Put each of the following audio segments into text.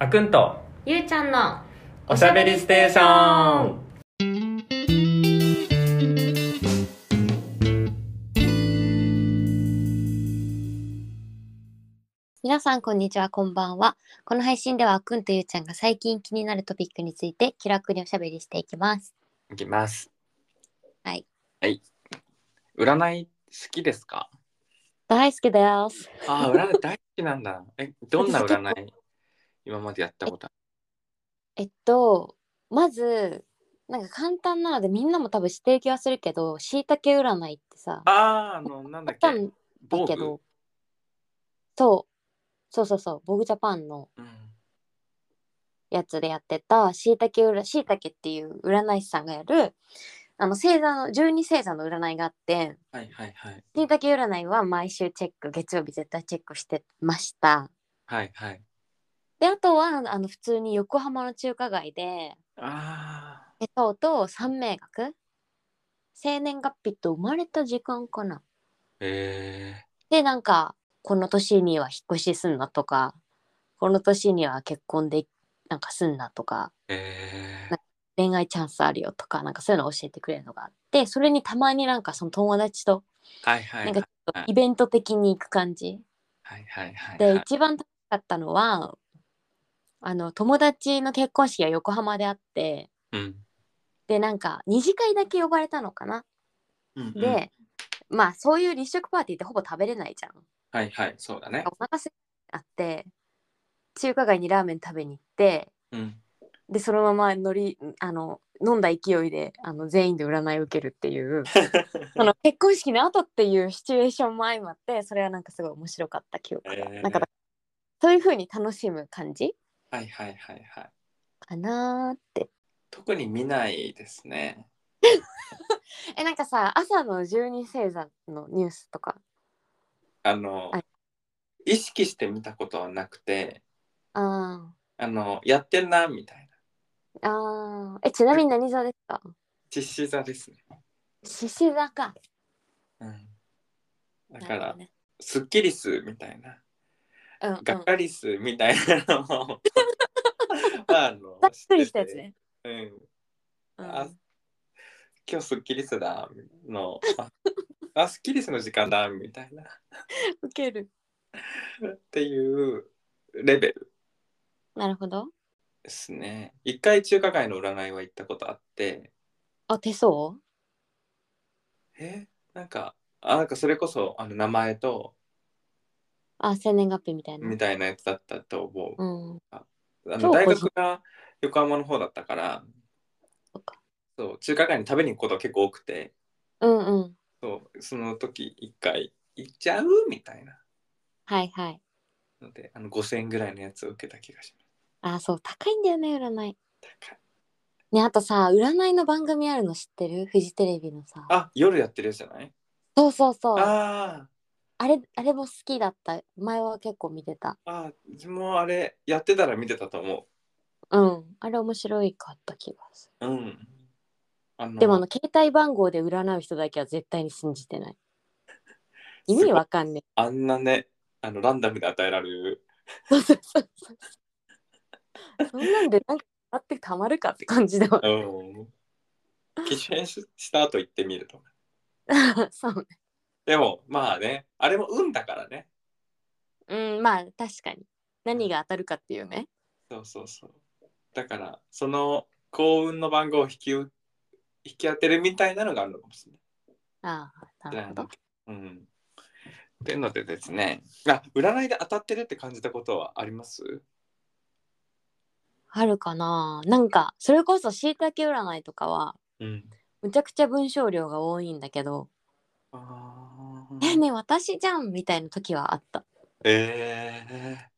あくんとゆうちゃんのおしゃべりステーション皆さんこんにちはこんばんはこの配信ではあくんとゆうちゃんが最近気になるトピックについて気楽におしゃべりしていきますいきますはいはい占い好きですか大好きですああ占い大好きなんだえどんな占い今までやったことあえっとまずなんか簡単なのでみんなも多分知ってる気はするけどしいたけ占いってさるあーあのなんだっあったけん防だ具けどそうそうそうそうボグジャパンのうんやつでやってたしいたけ占しいたけっていう占い師さんがやるあの星座の12星座の占いがあってはいはいはいしいたけ占いは毎週チェック月曜日絶対チェックしてましたはいはいであとはあの普通に横浜の中華街であ手相と三名学生年月日と生まれた時間かなーえでなんかこの年には引っ越しすんなとかこの年には結婚でなんかすんなとかー、えな恋愛チャンスあるよとかなんかそういうの教えてくれるのがあってそれにたまになんかその友達とー、はいはいはなんいかちょっとイベント的に行く感じはいはいはいではい一番楽しかったのはあの友達の結婚式が横浜であってうんでなんか二次会だけ呼ばれたのかなうんうんで、まあそういう立食パーティーってほぼ食べれないじゃんはいはいそうだねお腹すいあって中華街にラーメン食べに行ってうんでそのまま乗りあの飲んだ勢いであの全員で占いを受けるっていう その結婚式の後っていうシチュエーションも相まってそれはなんかすごい面白かった記憶が、えーなんかそういう風に楽しむ感じはいはいはいはいかなーって特に見ないですね えなんかさ朝の十二星座のニュースとかあの、はい意識して見たことはなくてああのやってんなみたいなーあーえちなみに何座ですか実施座ですね、獅子座かうん、だかなるら、ほどねスッキリ数みたいなうんうんがっかり数みたいなの をまああのざっくりしたやつね。知っててうんうんあ今日スッキリ数だのああスッキリ数の時間だみたいなウケる。っていうレベルなるほど。ですね一回中華街の占いは行ったことあってあ、手相えなんかあなんかそれこそあの名前とあ、生年月日みたいなみ。たいなやつだったと思う、うん。あの超個人大学が横浜の方だったからそっかそう中華街に食べに行くことが結構多くてうんうん。そうその時一回行っちゃうみたいなはいはい。のであの5,000円ぐらいのやつを受けた気がしまあ、そう、高いんだよね、占い。す高いね、あとさ、占いの番組あるの知ってるフジテレビのさ。あ夜やってるやつじゃないそうそうそう。ああーれ、あれも好きだった。前は結構見てた。あー自分もあれやってたら見てたと思うん。あれ面白いかった気がすううんあのる。でもあの、携帯番号で占う人だけは絶対に信じてない。 意味わかんねあんなねあのランダムで与えられるえ。 そうそうそうそう。そんなんで、なんか、あってたまるかって感じだわ。うん。機種変しした後行ってみると。 そうね。でもまあね、あれも運だからね。うん、まあ確かに。何が当たるかっていうね。そうそうそう。だからその幸運の番号を引きう引き当てるみたいなのがあるのかもしれああ、な。ないるほど。うん。っていうのでですね、あ占いで当たってるって感じたことはありますあるかななんか、それこそしいたけ占いとかは、うん。むちゃくちゃ文章量が多いんだけど、あねえーねえ、私じゃんみたいな時はあった。 え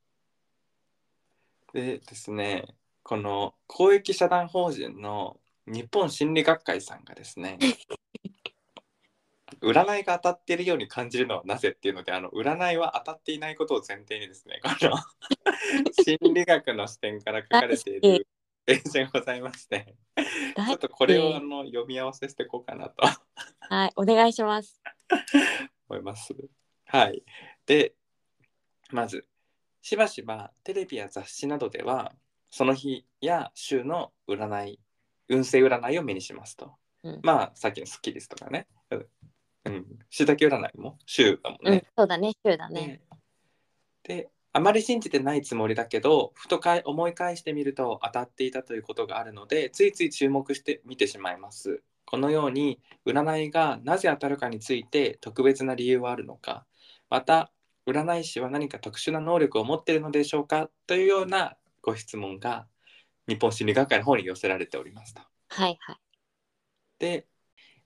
ー。でですね、この公益社団法人の日本心理学会さんがです ね、占いが当たっているように感じるのはなぜっていうので、あの占いは当たっていないことを前提にですね、こ の心理学の視点から書かれているページがございまして、ちょはっい、とこれをあの読み合わせしていこうかなと。はい、お願いします。思います。はい。で、まず、しばしばテレビや雑誌などではその日や週の占い運勢占いを目にしますと、うんまあさっきの『スッキリ』ですとかねうんしいたけ占いも週だもんね、うん、そうだね、週だね。ねであまり信じてないつもりだけどふとかい思い返してみると当たっていたということがあるのでついつい注目して見てしまいますこのように占いがなぜ当たるかについて特別な理由はあるのかまた占い師は何か特殊な能力を持っているのでしょうかというようなご質問が日本心理学会の方に寄せられておりますと。はいはい。で、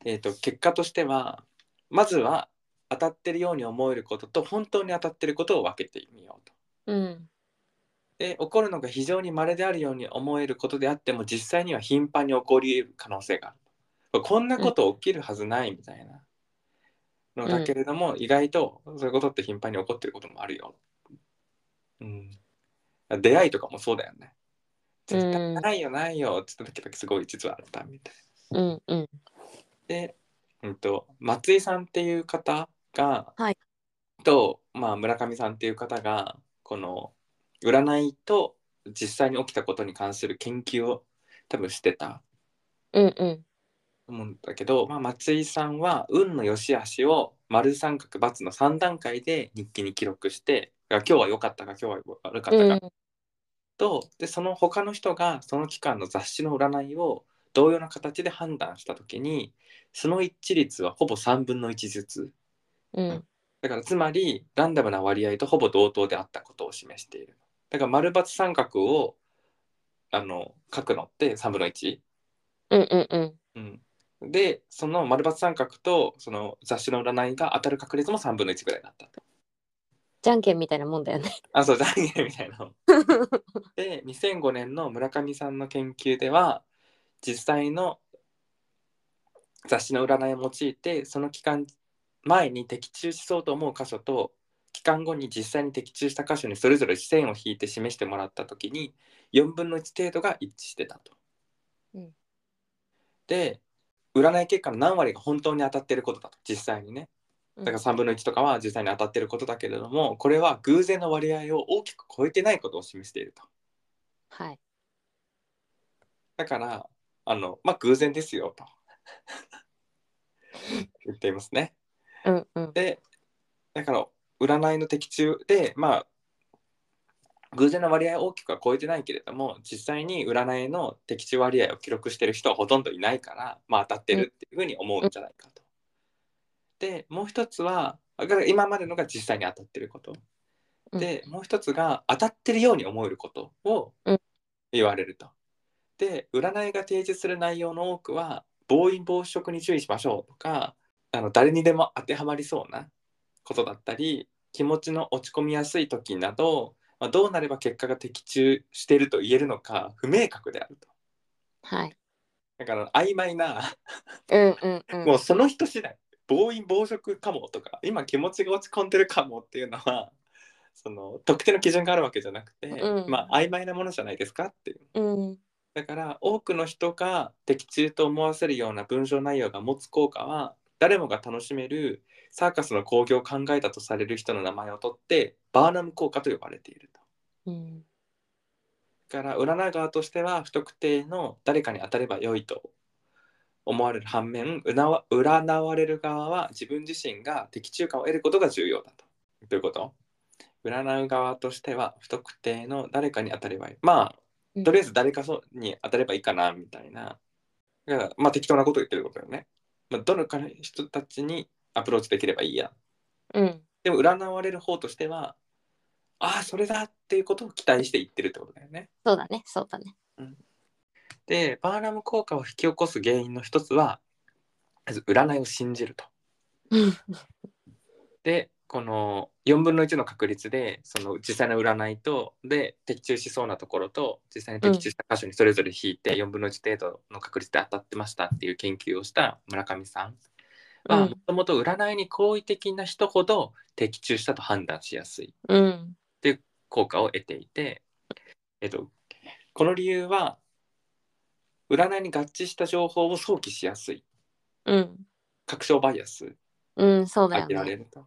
えー、と結果としてはまずは当たってるように思えることと本当に当たってることを分けてみようと。うん。で起こるのが非常に稀であるように思えることであっても実際には頻繁に起こり得る可能性があるこんなこと起きるはずないみたいなのだけれども、意外とそういうことって頻繁に起こってることもあるよ、うん、出会いとかもそうだよねうん絶対ないよないよって言った時々すごい実はあったみたいうんうん。なで、うん、と松井さんっていう方が、はいと、まあ、村上さんっていう方がこの占いと実際に起きたことに関する研究を多分してたうんうん。と思うんだけど、まあ、松井さんは運の良し悪しを丸三角×の3段階で日記に記録してだから今日は良かったか今日は悪かったうかんと、でその他の人がその期間の雑誌の占いを同様な形で判断した時にその一致率はほぼ3分の1ずつうん。だからつまりランダムな割合とほぼ同等であったことを示している。だから丸×三角をあの書くのって3分の1。うんうんうん。うん、でその丸×三角とその雑誌の占いが当たる確率も3分の1ぐらいだったと。じゃんけんみたいなもんだよ ね。あそうじゃんけんみたいな。で2005年の村上さんの研究では実際の雑誌の占いを用いてその期間前に的中しそうと思う箇所と期間後に実際に的中した箇所にそれぞれ線を引いて示してもらった時に4分の1程度が一致してたと。うんで占い結果の何割が本当に当たってることだと実際にね。だから3分の1とかは実際に当たってることだけれどもこれは偶然の割合を大きく超えてないことを示していると。はい。だから、あの、まあ、偶然ですよと言っていますね。うんうん。で、だから、占いの的中で、まあ、偶然の割合を大きくは超えてないけれども、実際に占いの的中割合を記録してる人はほとんどいないから、まあ、当たってるっていうふうに思うんじゃないかと。で、もう一つは、だから今までのが実際に当たってること。うんで、もう一つが当たってるように思えることをうん言われると。で占いが提示する内容の多くは暴飲暴食に注意しましょうとかあの誰にでも当てはまりそうなことだったり気持ちの落ち込みやすい時など、まあ、どうなれば結果が的中していると言えるのか不明確であると。はい。だから曖昧な、うんうんうん。もうその人次第暴飲暴食かもとか今気持ちが落ち込んでるかもっていうのはその特定の基準があるわけじゃなくて、うんまあ曖昧なものじゃないですかっていう。うんだから多くの人が的中と思わせるような文章内容が持つ効果は誰もが楽しめるサーカスの興行を考えたとされる人の名前を取ってバーナム効果と呼ばれていると。うんだから占い側としては不特定の誰かに当たれば良いと思われる反面占わ占われる側は自分自身が的中感を得ることが重要だと。どういうこと占う側としては不特定の誰かに当たればいい。まうあんとりあえず誰かそうに当たればいいかなみたいな。だからまあ適当なこと言ってることだよね。まあ、どのかの人たちにアプローチできればいいや。うんでも占われる方としてはああそれだっていうことを期待して言ってるってことだよね。そうだねそうだねでバーラム効果を引き起こす原因の一つはまず占いを信じると。うんでこの4分の1の確率でその実際の占いとで的中しそうなところと実際に的中した箇所にそれぞれ引いて4分の1程度の確率で当たってましたっていう研究をした村上さんはうもんともと占いに好意的な人ほど的中したと判断しやすい。うん効果を得ていて、えっと、この理由は占いに合致した情報を想起しやすいうん確証バイアスうんそうがだよ挙げられねると。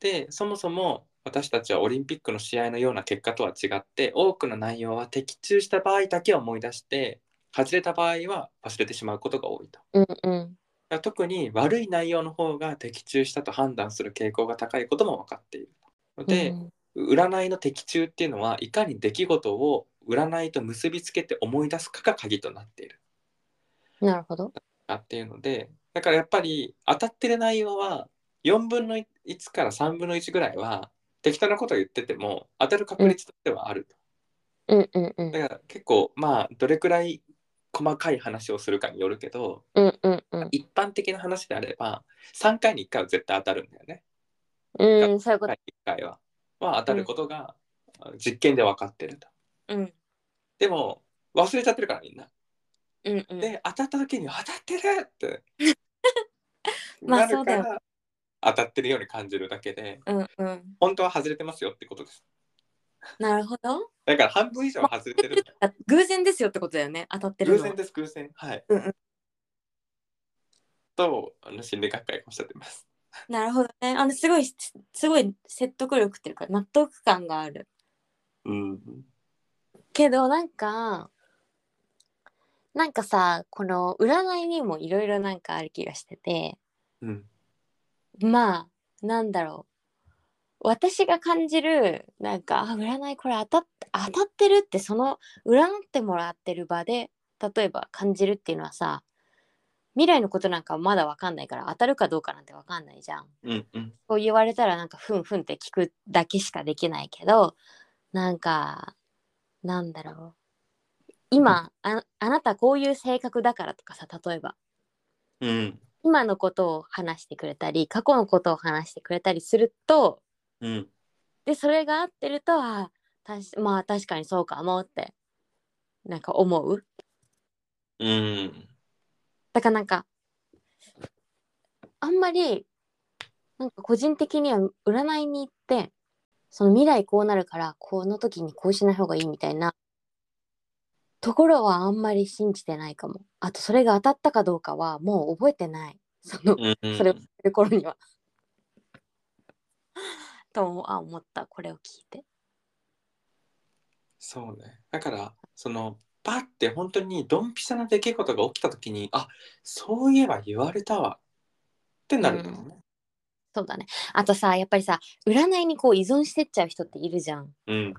でそもそも私たちはオリンピックの試合のような結果とは違って多くの内容は的中した場合だけ思い出して外れた場合は忘れてしまうことが多いと。うんうんだから特に悪い内容の方が的中したと判断する傾向が高いことも分かっているので、うん占いの的中っていうのはいかに出来事を占いと結びつけて思い出すかが鍵となっているなるほど。かっていうのでだからやっぱり当たってる内容は4分の1から3分の1ぐらいは適当なことを言ってても当たる確率としてはあると、うんうんうん。だから結構まあどれくらい細かい話をするかによるけどうんうんうん。一般的な話であれば3回に1回は絶対当たるんだよねうん、そういう3こと。回に1回はは当たることが実験で分かってると、うんでも忘れちゃってるからみんなうんうん。で当たった時に当たってるって まあなるそうだよから当たってるように感じるだけでうんうん。本当は外れてますよってことですなるほど。だから半分以上は外れてる あ偶然ですよってことだよね。当たってる偶のは然。です偶然はい、うんうんとあの心理学会がおっしゃってますなるほどね。あのすごいすすごい説得力っていうか納得感がある。うんけどなんかなんかさこの占いにもいろいろなんかある気がしててうんまあなんだろう私が感じるなんかあ占いこれ当たっ当たってるってその占ってもらってる場で例えば感じるっていうのはさ未来のことなんかまだ分かんないから当たるかどうかなんて分かんないじゃん。うんうんこう言われたらなんかふんふんって聞くだけしかできないけどなんかなんだろう今ああなたこういう性格だからとかさ例えばうん今のことを話してくれたり過去のことを話してくれたりするとうんでそれが合ってるとあたしまあ確かにそうかもってなんか思ううんだからなんかあんまりなんか個人的には占いに行ってその未来こうなるからこの時にこうしない方がいいみたいなところはあんまり信じてないかもあとそれが当たったかどうかはもう覚えてないそのうんうんそれをする頃には。 とあ思ったこれを聞いて。そうねだからそのパって本当にドンピシャな出来事が起きた時にあそういえば言われたわってなるのね、そうだねあとさやっぱりさ占いにこう依存してっちゃう人っているじゃん。うん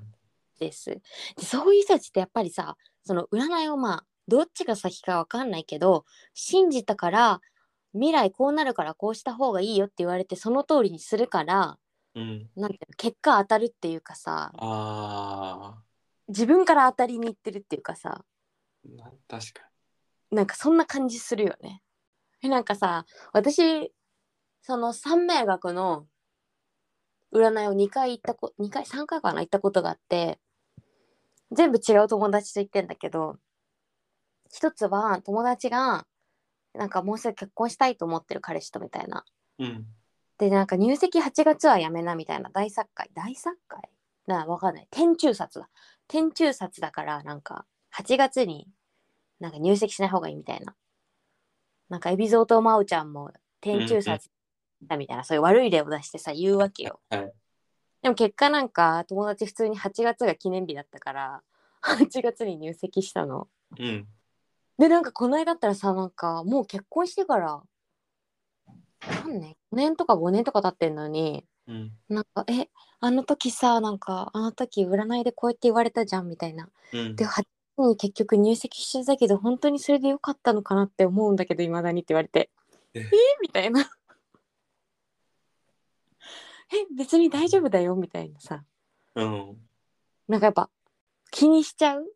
です。でそういう人たちってやっぱりさその占いをまあどっちが先か分かんないけど信じたから未来こうなるからこうした方がいいよって言われてその通りにするからうんなんていうの結果当たるっていうかさあ自分から当たりにいってるっていうかさーな確かなんかそんな感じするよね。えなんかさ私その三名学の占いを2回行ったこ2回3回かな行ったことがあって全部違う友達と行ってんだけど一つは友達がなんかもうすぐ結婚したいと思ってる彼氏とみたいなにうんでなんか入籍8月はやめなみたいな大作会大作会なわかんない天中殺だ天中殺だからなんか8月になんか入籍しない方がいいみたいななんか海老蔵と真央ちゃんも天中殺だみたいな、そういう悪い例を出してさ言うわけよ、はいでも結果なんか友達普通に8月が記念日だったから8月に入籍したのうんでなんかこの間だったらさなんかもう結婚してから何年5年とか5年とか経ってんのにうんなんか「えあの時さなんかあの時占いでこうやって言われたじゃん」みたいな。うんで8に結局入籍してたけど本当にそれでよかったのかなって思うんだけどいまだにって言われて「ええみたいな「え別に大丈夫だよ」みたいなさうんなんかやっぱ気にしちゃう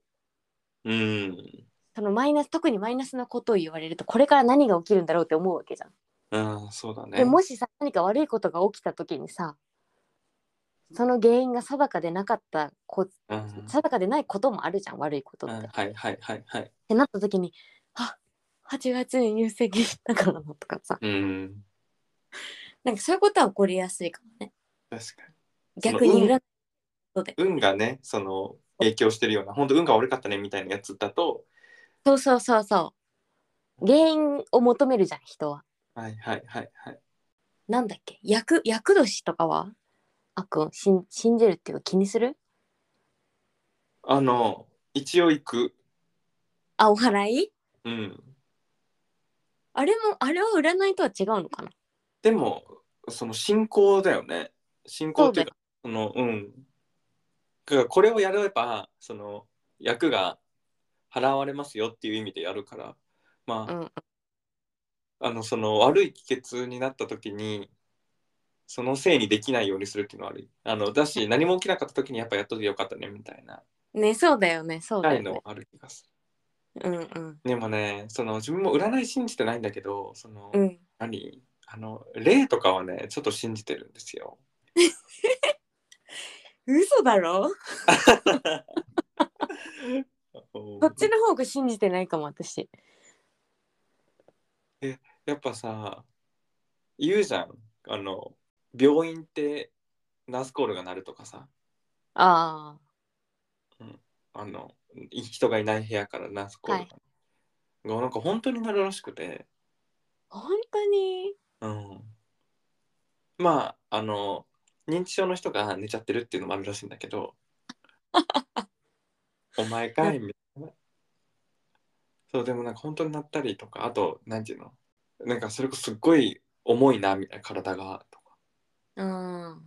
うんそのマイナス特にマイナスなことを言われるとこれから何が起きるんだろうって思うわけじゃん。あーそうだねでもしさ何か悪いことが起きた時にさその原因が定かでなかったこうん定かでないこともあるじゃん悪いことうって。んっはいはいはいはいてなった時に「あ8月に入籍したからな」とかさうんなんかそういうことは起こりやすいかもね確かに逆にうん占いことで、運がねその影響してるような本当運が悪かったねみたいなやつだとそうそうそうそう原因を求めるじゃん人ははいはいはいはいなんだっけ厄厄年とかはあっくんしん信じるっていうか気にするあの一応行くあお祓いうんあれもあれは占いとは違うのかなでもその信仰だよね信仰というかそのうんだからこれをやればその役が払われますよっていう意味でやるからまあ、うんうんあのその悪い気血になった時にそのせいにできないようにするっていうのはあるあのだし何も起きなかった時にやっぱやっといてよかったねみたいなねそうだよねそうだよ回ねのある気がすうんうんるでもねその自分も占い信じてないんだけどその、うん何あの霊とかはねちょっと信じてるんですよ嘘だろこっちうんの方が信じてないかも私やっぱさ言うじゃんあの病院ってナースコールが鳴るとかさああのい人がいない部屋からナースコールが、がなんか本当になるらしくて、あ本当にうん、まああの認知症の人が寝ちゃってるっていうのもあるらしいんだけどお前かいみたいなそうでもなんか本当になったりとかあと何ていうのなんかそれこそすっごい重いなみたいな体がとかうん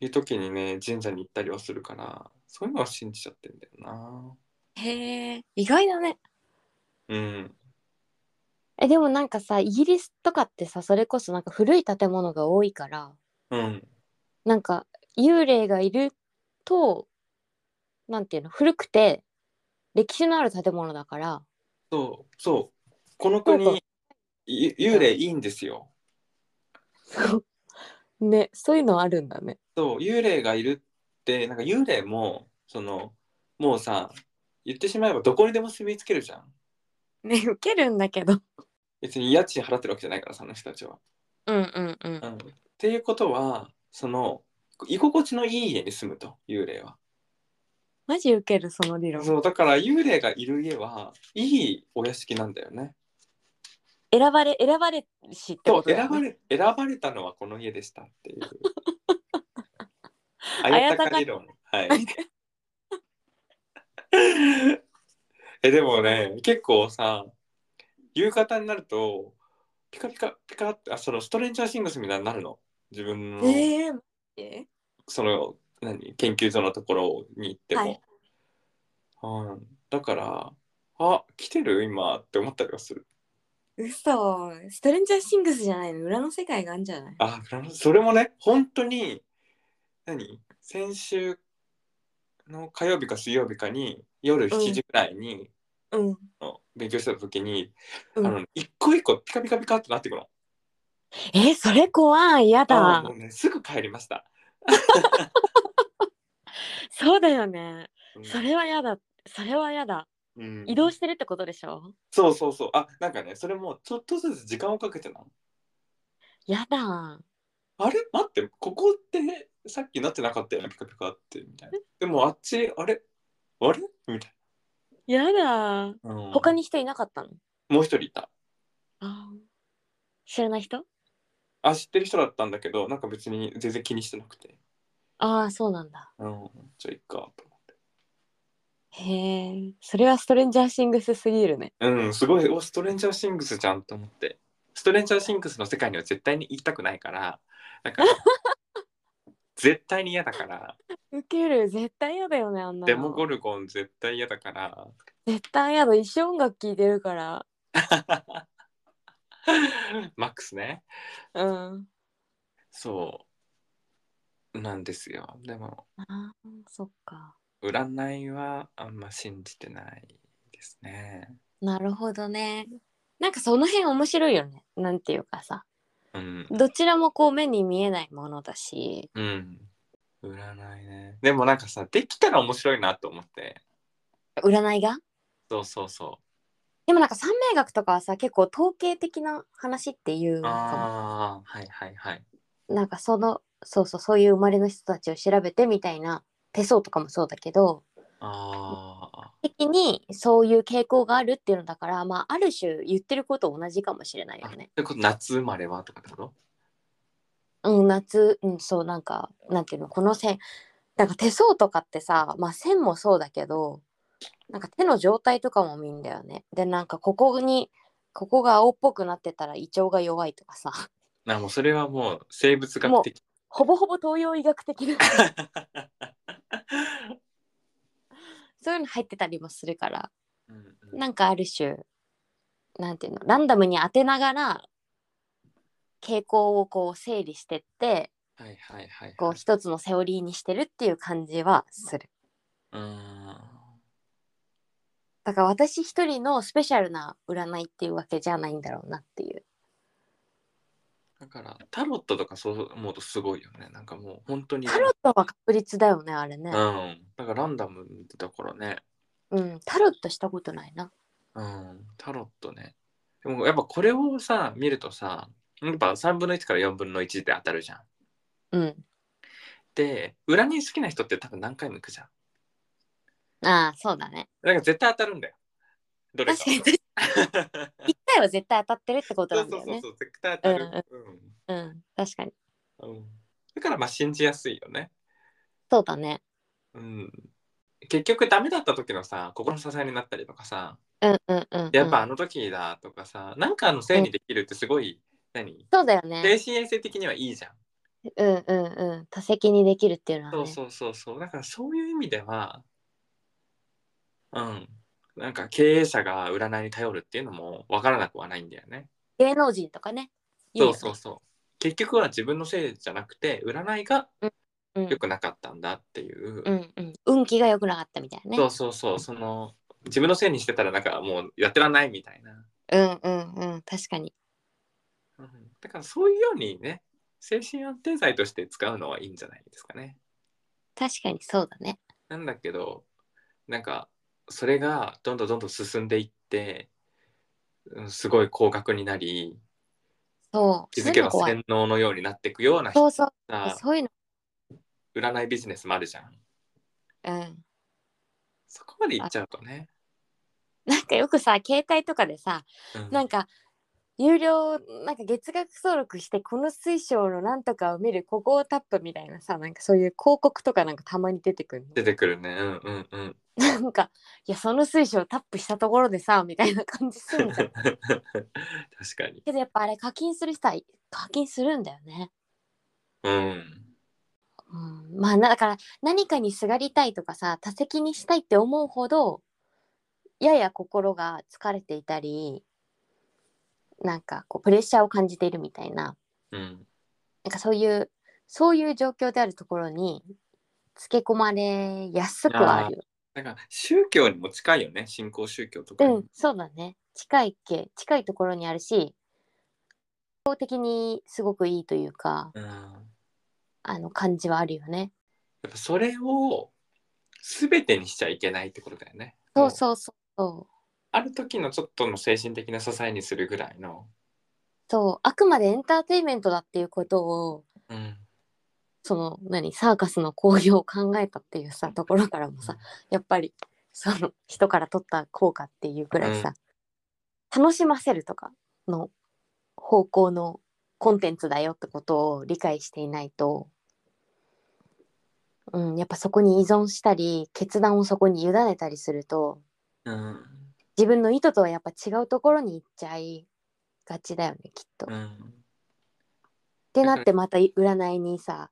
いう時にね神社に行ったりはするからそういうのは信じちゃってんだよなへえ意外だねうんえでもなんかさイギリスとかってさそれこそなんか古い建物が多いからうんなんか幽霊がいるとなんていうの古くて歴史のある建物だからそうそうこのそうそ国ゆ幽霊いいんですよねそういうのあるんだねそう幽霊がいるってなんか幽霊もそのもうさ言ってしまえばどこにでも住み着けるじゃんね受けるんだけど別に家賃払ってるわけじゃないからその人たちは。うんうんうんうん、っていうことはその居心地のいい家に住むと幽霊は。マジ受けるその理論そうだから幽霊がいる家はいいお屋敷なんだよね。選ばれ選ばれしってそこうとだ選よばねれ選ばれたのはこの家でしたって いう。あややたたかか理論。はい。 えでもね結構さ夕方になるとピカピカピカってあそのストレンジャーシングスみたいになるの自分の、えーマジその何研究所のところに行っても、うん、だからあ来てる今って思ったりはする嘘ストレンジャーシングスじゃないの裏の世界があるんじゃないあそれもね本当に何先週の火曜日か水曜日かに夜7時ぐらいに、うん、勉強してた時に、うんあの一個一個ピカピカピカってなってくのえそれ怖いやあだもうねすぐ帰りました、そうだよねうんそれはやだそれはやだうん移動してるってことでしょそうそうそうあなんかねそれもちょっとずつ時間をかけてなやだあれ待ってここってさっきなってなかったよねピカピカってみたいなでもあっちあれあれみたいやだな、うん他に人いなかったのもう一人いたあ知らない人あ知ってる人だったんだけどなんか別に全然気にしてなくてああそうなんだうんじゃあいっかと思ってへえそれはストレンジャーシングスすぎるねうんすごいおストレンジャーシングスじゃんと思ってストレンジャーシングスの世界には絶対に行きたくないからなん か絶対に嫌だからウケる絶対やだよねあんなのデモゴルゴン絶対嫌だから。 絶対やだ一生音楽聴いてるからマックスね。うんそう。なんですよ。でも、あーそっか占いはあんま信じてないですね。なるほどね。なんかその辺面白いよね。なんていうかさ、うん。どちらもこう目に見えないものだし。うん。占いね。でもなんかさ、できたら面白いなと思って。占いがそうそうそでもなんか三名学とかはさ、結構統計的な話っていうう。かああ、はいはいはい。も。なんかその、そうそう、そういう生まれの人たちを調べてみたいな、手相とかもそうだけど、ああ。的にそういう傾向があるっていうのだから、まあある種言ってること同じかもしれないよあっね。てこと夏生まれはとかってことうん、夏、うん、そう、なんか、なんていうの、この線、なんか手相とかってさ、まあ線もそうだけど、なんか手の状態とかも見んだよね。で、なんかここに、ここが青っぽくなってたら胃腸が弱いとかさ、なもうそれはもう生物学 的。ほぼほぼ東洋医学的な、 そういうの入ってたりもするから、うんうんなんかある種、なんていうの、ランダムに当てながら、傾向をこう整理してって、はいはいはいこはうい。一つのセオリーにしてるっていう感じはする。うーんだから私一人のスペシャルな占いっていうわけじゃないんだろうなっていう。だからタロットとかそう思うとすごいよね。なんかもう本当に。タロットは確率だよね、あれね。うん。だからランダムだからね。うん、タロットしたことないな。うん。タロットね。でもやっぱこれをさ、見るとさ、やっぱ3分の1から4分の1で当たるじゃん。うん。で、占い好きな人って多分何回も行くじゃん。ああ、そうだね。だから絶対当たるんだよ。どれか確。かに、一 回は絶対当たってるってことそうなんだそうそうよね。そう、絶対当たる。うん、確かに。うん。うん、だからまあ信じやすいよね。そうだね。うん。結局ダメだった時のさ、心の支えになったりとかさ、うんうんうん、うん。やっぱあの時だとかさ、なんかのせいにできるってすごい、何そうだよ精ね。神衛生的にはいいじゃん。うんうんうん。多席にできるっていうのはね。そうそうそうそう。だからそういう意味では、うん。なんか経営者が占いに頼るっていうのもわからなくはないんだよね。芸能人とかね。そうそううそう。結局は自分のせいじゃなくて、占いがよね良くなかったんだっていう。うんうんうん。運気が良くなかったみたいなね。そうそうそう。その自分のせいにしてたらなんかもうやってらんないみたいな。うんうんうん。確かに。うん、だからそういうようにね、精神安定剤として使うのはいいんじゃないですかね。確かにそうだね。なんだけど、なんかそれがどんどんどんどん進んでいって、うんすごい高額になり、そう。気づけばそういうの洗脳のようになっていくような怖いそうそう。さそういうの。占いビジネスもあるじゃん。うん。そこまでいっちゃうとね。なんかよくさ、携帯とかでさ、うんなんか、有料、なんか月額登録して、この水晶のなんとかを見る、ここをタップみたいなさ、なんかそういう広告とかなんかたまに出てくるの出。てくるね。うんうんうん。 なんか、いや、その水晶タップしたところでさ、みたいな感じするんだよ確かに。けどやっぱあれ課金する人は課金するんだよね。うん。うん、まあなだから何かにすがりたいとかさ多席にしたいって思うほどやや心が疲れていたりなんかこうプレッシャーを感じているみたいなうん。なんかそういうそういう状況であるところにつけ込まれやすくはあるよ。なんか宗教にも近いよね信仰宗教とかうに、ん、そうだね近いっけ近いところにあるし法的にすごくいいというかうんやあの感じはあるよね。っぱそれを全てにしちゃいけないってことだよねそうもうそうそうそう。ある時のちょっとの精神的な支えにするぐらいの、そうあくまでエンターテインメントだっていうことをうん、その何サーカスの興行を考えたっていうさところからもさやっぱりその人から取った効果っていうくらいさ、楽しませるとかの方向のコンテンツだよってことを理解していないと、うん、やっぱそこに依存したり決断をそこに委ねたりするとうん自分の意図とはやっぱ違うところに行っちゃいがちだよねきっと。うん、ってなってまた占いにさ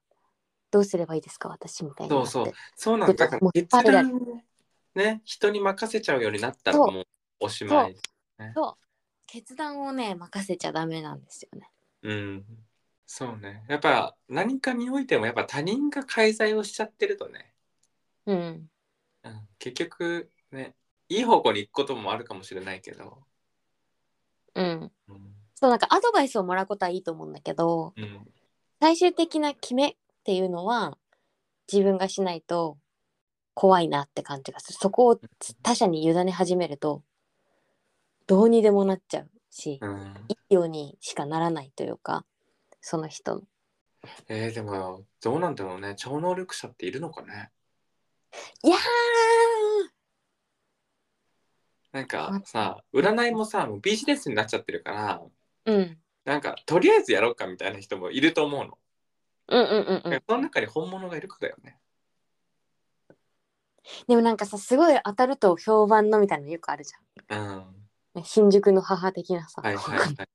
どうすればいいですか私みたいにそなっうてそうそうなんだだちかょっともらういっぱいだ決断をね人に任せちゃうようになったらそうもうおしまい決断をね任せちゃダメなんですよねうんそうねやっぱ何かにおいてもやっぱ他人が介在をしちゃってるとねうんうん結局ねいい方向に行くこともあるかもしれないけど、うんうんそうなんかアドバイスをもらうことはいいと思うんだけどうん最終的な決めっていうのは自分がしないと怖いなって感じがするそこを他者に委ね始めるとどうにでもなっちゃうしうんいいようにしかならないというかその人のえー、でもどうなんだろうね超能力者っているのかねいやなんかさ占いもさもうビジネスになっちゃってるからーうんなんかとりあえずやろうかみたいな人もいると思うのうんうんうんうん。その中に本物がいるかだよね。でもなんかさ、すごい当たると評判のみたいなのよくあるじうん。はゃん。ね新宿の母的なさ。いはいはい。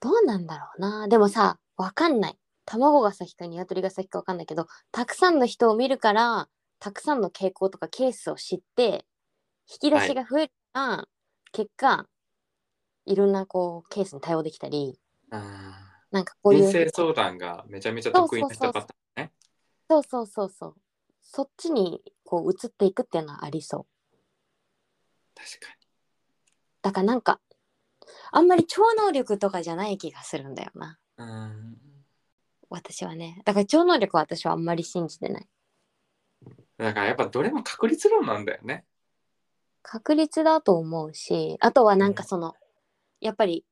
どうなんだろうな。でもさ、わかんない。卵が先か鶏が先かわかんないけど、たくさんの人を見るから、たくさんの傾向とかケースを知って、引き出しが増えるから、結果、いろんなこうケースに対応できたり、うんなんかこうい人う。生相談がめちゃめちゃ得意な人そうそうパそターうンね。そうそうそうそう。そっちにこう移っていくっていうのはありそう。確かだからなんか、あんまり超能力とかじゃない気がするんだよな。に。うん。私はね。だから超能力は私はあんまり信じてない。だからやっぱどれも確率論なんだよね。確率だと思うしあとはなんかうんその、やっぱり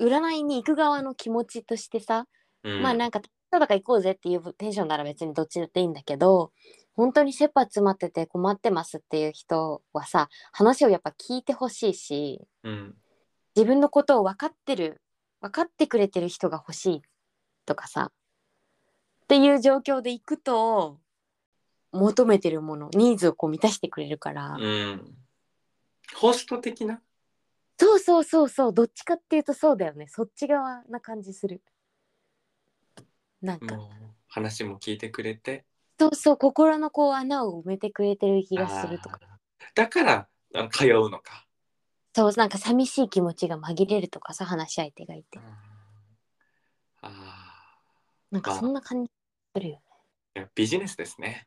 占いに行く側の気持ちとしてさ、うん、まあなんかただか行こうぜっていうテンションなら別にどっちだっていいんだけど本当に切羽詰まってて困ってますっていう人はさ話をやっぱ聞いてほしいしうん。自分のことを分かってる分かってくれてる人が欲しいとかさっていう状況で行くと求めてるものニーズをこう満たしてくれるから。うん。ホスト的なそうそうそうそうどっちかっていうとそうだよねそっち側な感じするなんか、もう話も聞いてくれて。そうそう心のこう穴を埋めてくれてる気がするとかあーだからあの通うのか。そうなんか寂しい気持ちが紛れるとかさ話し相手がいてうんあなんかそんな感じするよねーいやビジネスですね。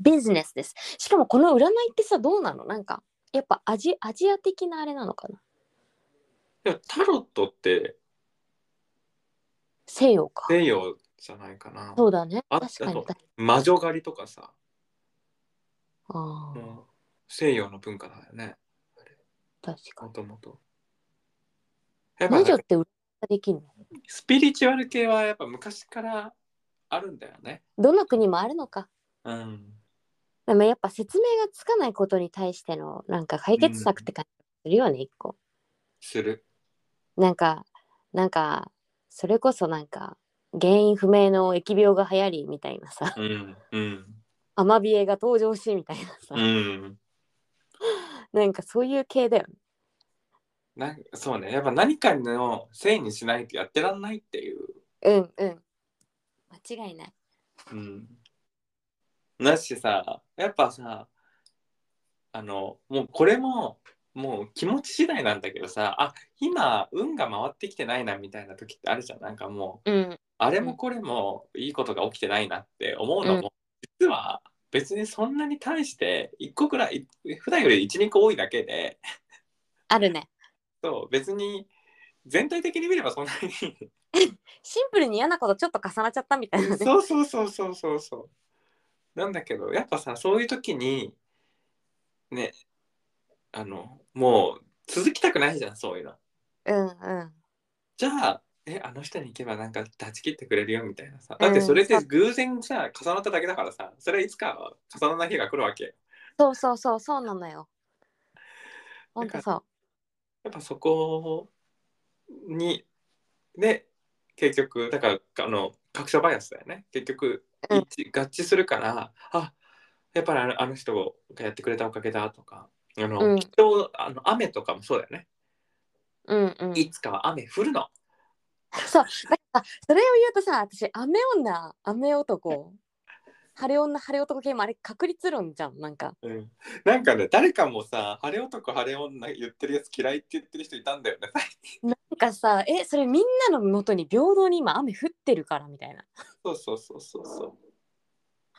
ビジネスですしかもこの占いってさどうなのなんかやっぱアジアジア的なあれなのかなでもタロットって西洋か西洋じゃないかな。そうだねあ確かあにと魔女狩りとかさ、あーもう西洋の文化だよね。確かもにともと。やっぱな魔んか女って占いできるのスピリチュアル系はやっぱ昔からあるんだよね。どの国もあるのかうん。でもやっぱ説明がつかないことに対してのなんか解決策って感じするよね、一個。する。なんかなんかそれこそなんか原因不明の疫病が流行りみたいなさ うん。うん。アマビエが登場しみたいなさ、うん。なんかそういう系だよね。なそうね。やっぱ何かのせいにしないとやってらんないっていう。うんうん。間違いない。うん。だしさ、やっぱさ、あの、もうこれも、もう気持ち次第なんだけどさ、あ、今、運が回ってきてないなみたいな時ってあるじゃん。なんかもう、うんあれもこれもいいことが起きてないなって思うのも、実は別にそんなに対して一個くらい普段より12個多いだけであるね。そう別に全体的に見ればそんなにシンプルに嫌なことちょっと重なっちゃったみたいなね。そう そうそうそうそうそうなんだけどやっぱさそういう時にねあのもう続きたくないじゃんそういうの。うんうん。じゃあえあの人に行けばなんか断ち切ってくれるよみたいなさだってそれって偶然さ重なっただけだからさそれはいつかは重ならない日が来るわけそうそうそうそうなのよ。ほんとそう。やっぱそこにで結局だからあの各社バイアスだよね結局うん一致合致するからあやっぱりあのあの人がやってくれたおかげだとかあの、うんきっとあの雨とかもそうだよね、うんうん。いつかは雨降るの そうだからそれを言うとさ私雨女雨男晴れ女晴れ男系もあれ確率論じゃんなんかうん、なんかね誰かもさ晴れ男晴れ女言ってるやつ嫌いって言ってる人いたんだよねなんかさえそれみんなの元に平等に今雨降ってるからみたいなそうそうそうそうそう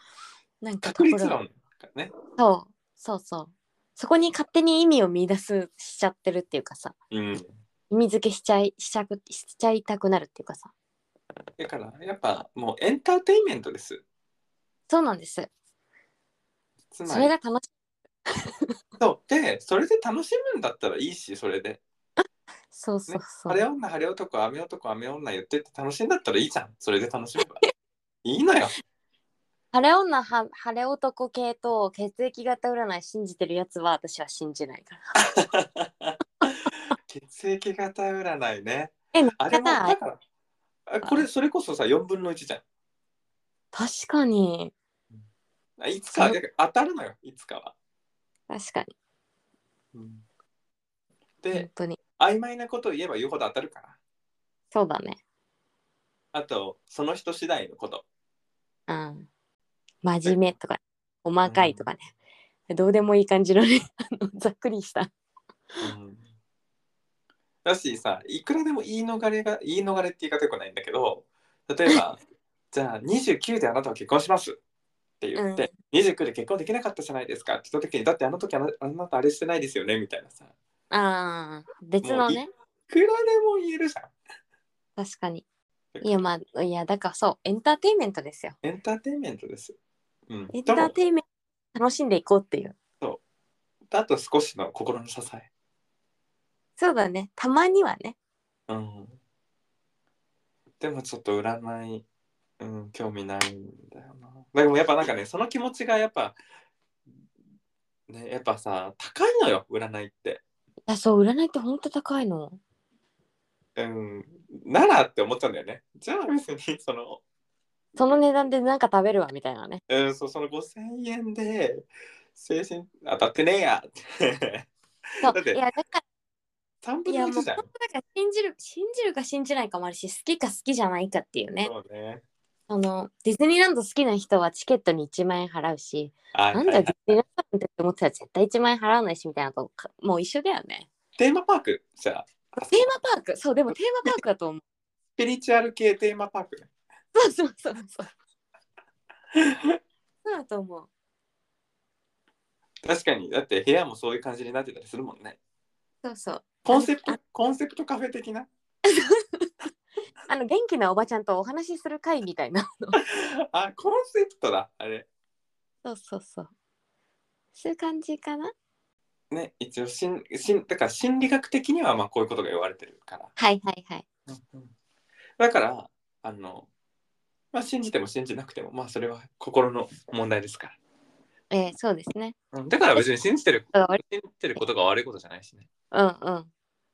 なんか確率ところ論だねそうそうそうそこに勝手に意味を見出すしちゃってるっていうかさうん意味付けしちゃいしちゃくしちゃいたくなるっていうかさだからやっぱもうエンターテインメントですそうなんですつまりそれが楽しいそうでそれで楽しむんだったらいいしそれでそうそうそう、晴れ女晴れ男雨男雨女言ってって楽しいんだったらいいじゃんそれで楽しめばいいの よ晴れ女は晴れ男系と血液型占い信じてるやつは私は信じないから血液型占いねえ、なんあかれもさだ、からあこれそれこそさ4分の1じゃん確かにあいつかそうだから当たるのよいつかは、確かに本で当に曖昧なことを言えば言うほど当たるからそうだねあとその人次第のことうん真面目とか細かいとかね、どうでもいい感じのね あのざっくりしただしさいくらでも言い逃れが言い逃れって言い方よくないんだけど例え ばじゃあ29であなたは結婚しますって言って、29で結婚できなかったじゃないですかって言った時にだってあの時あなあなたあれしてないですよねみたいなさいあー別のねくらでも言えるじゃん確かにいやまあいやだからそうエンターテインメントですよエンターテインメントです、うん、エンターテインメント楽しんでいこうっていうとあと少しの心の支え、そうだねたまにはねうん、でもちょっと占い、うん、興味ないんだよなでもやっぱなんかねその気持ちがやっぱねやっぱさ高いのよ占いっていやそう占いってほんと高いのうんならって思っちゃうんだよねじゃあ別にその、その値段でなんか食べるわみたいなねうん、そうその5000円で精神当たってねえや ってそうだっていやだから3分いやのも1う本当じゃだんから信じる信じるか信じないかもあるし好きか好きじゃないかっていうねそうねあのディズニーランド好きな人はチケットに1万円払うしあなんはだいディズニーランドなんてって思ってたら絶対1万円払わないしみたいなとかもう一緒だよねテーマパークじゃあテーマパークそうでもテーマパークだと思うスピリチュアル系テーマパークねそうそうそうそうそうだと思う確かにだって部屋もそういう感じになってたりするもんねそうそうコンセプトコンセプトカフェ的な あの元気なおばちゃんとお話しする会みたいなあコンセプトだあれそうそうそうそういう感じかなね一応しんしんだから心理学的にはまあこういうことが言われてるから、はいはいはいだからあのまあ信じても信じなくてもまあそれは心の問題ですかえーそうですねら、うんだから別に信じてるだから信じてることが悪いことじゃないしねうんうん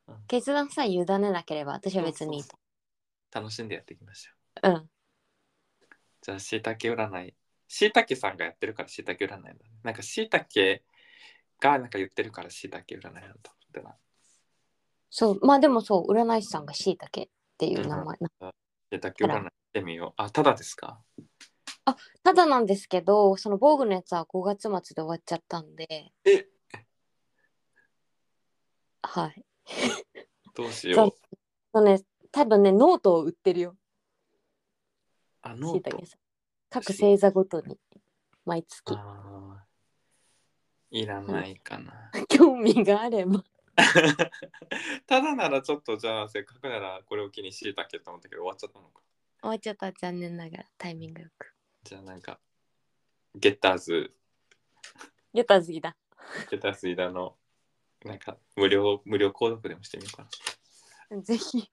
うん。決断さえ委ねなければ私は別にいいそうそうそう楽しんでやっていきましょううん。じゃあ、しいたけ占い。しいたけさんがやってるからしいたけ占いだね。なんかしいたけがなんか言ってるからしいたけ占いだと思ってな。そう。まあでもそう、占い師さんがしいたけっていう名前。しいたけ占いってみよう。あ、ただですかただなんですけど、その防具のやつは5月末で終わっちゃったんで、え、はい。どうしよう。そうね、多分ね、ノートを売ってるよ、あ、しノいーたトけ。さん。各星座ごとに、毎月、あーいらないかな。興味があれば。ただならちょっとじゃあ、せっかくならこれを機にしいたけと思ったけど終わっちゃったのか。終わっちゃった、残念ながら、タイミングよく。じゃあなんか、ゲッターズ、ゲタズギだ。ゲッターズイダの、なんか無料、無料購読でもしてみようかな。ぜひ。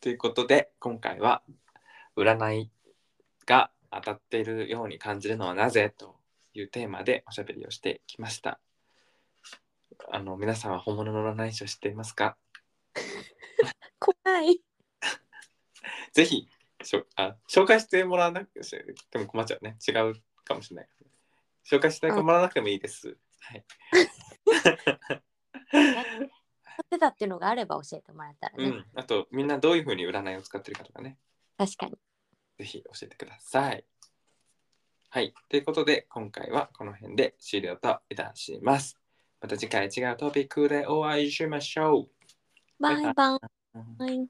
ということで今回は占いが当たっているように感じるのはなぜというテーマでおしゃべりをしてきました。あの皆さんは本物の占い師を知っていますか怖 い。ぜひしょあ紹介してもらわなくても困っちゃうね違うかもしれない紹介してもらわなくてもいいです。はい、やってたっていうのがあれば教えてもらえたらうね。ん、あとみんなどういうふうに占いを使ってるかとかね確かに。ぜひ教えてください。はい。ということで、今回はこの辺で終了といたします。また次回違うトピックでお会いしましょう。バイバイ。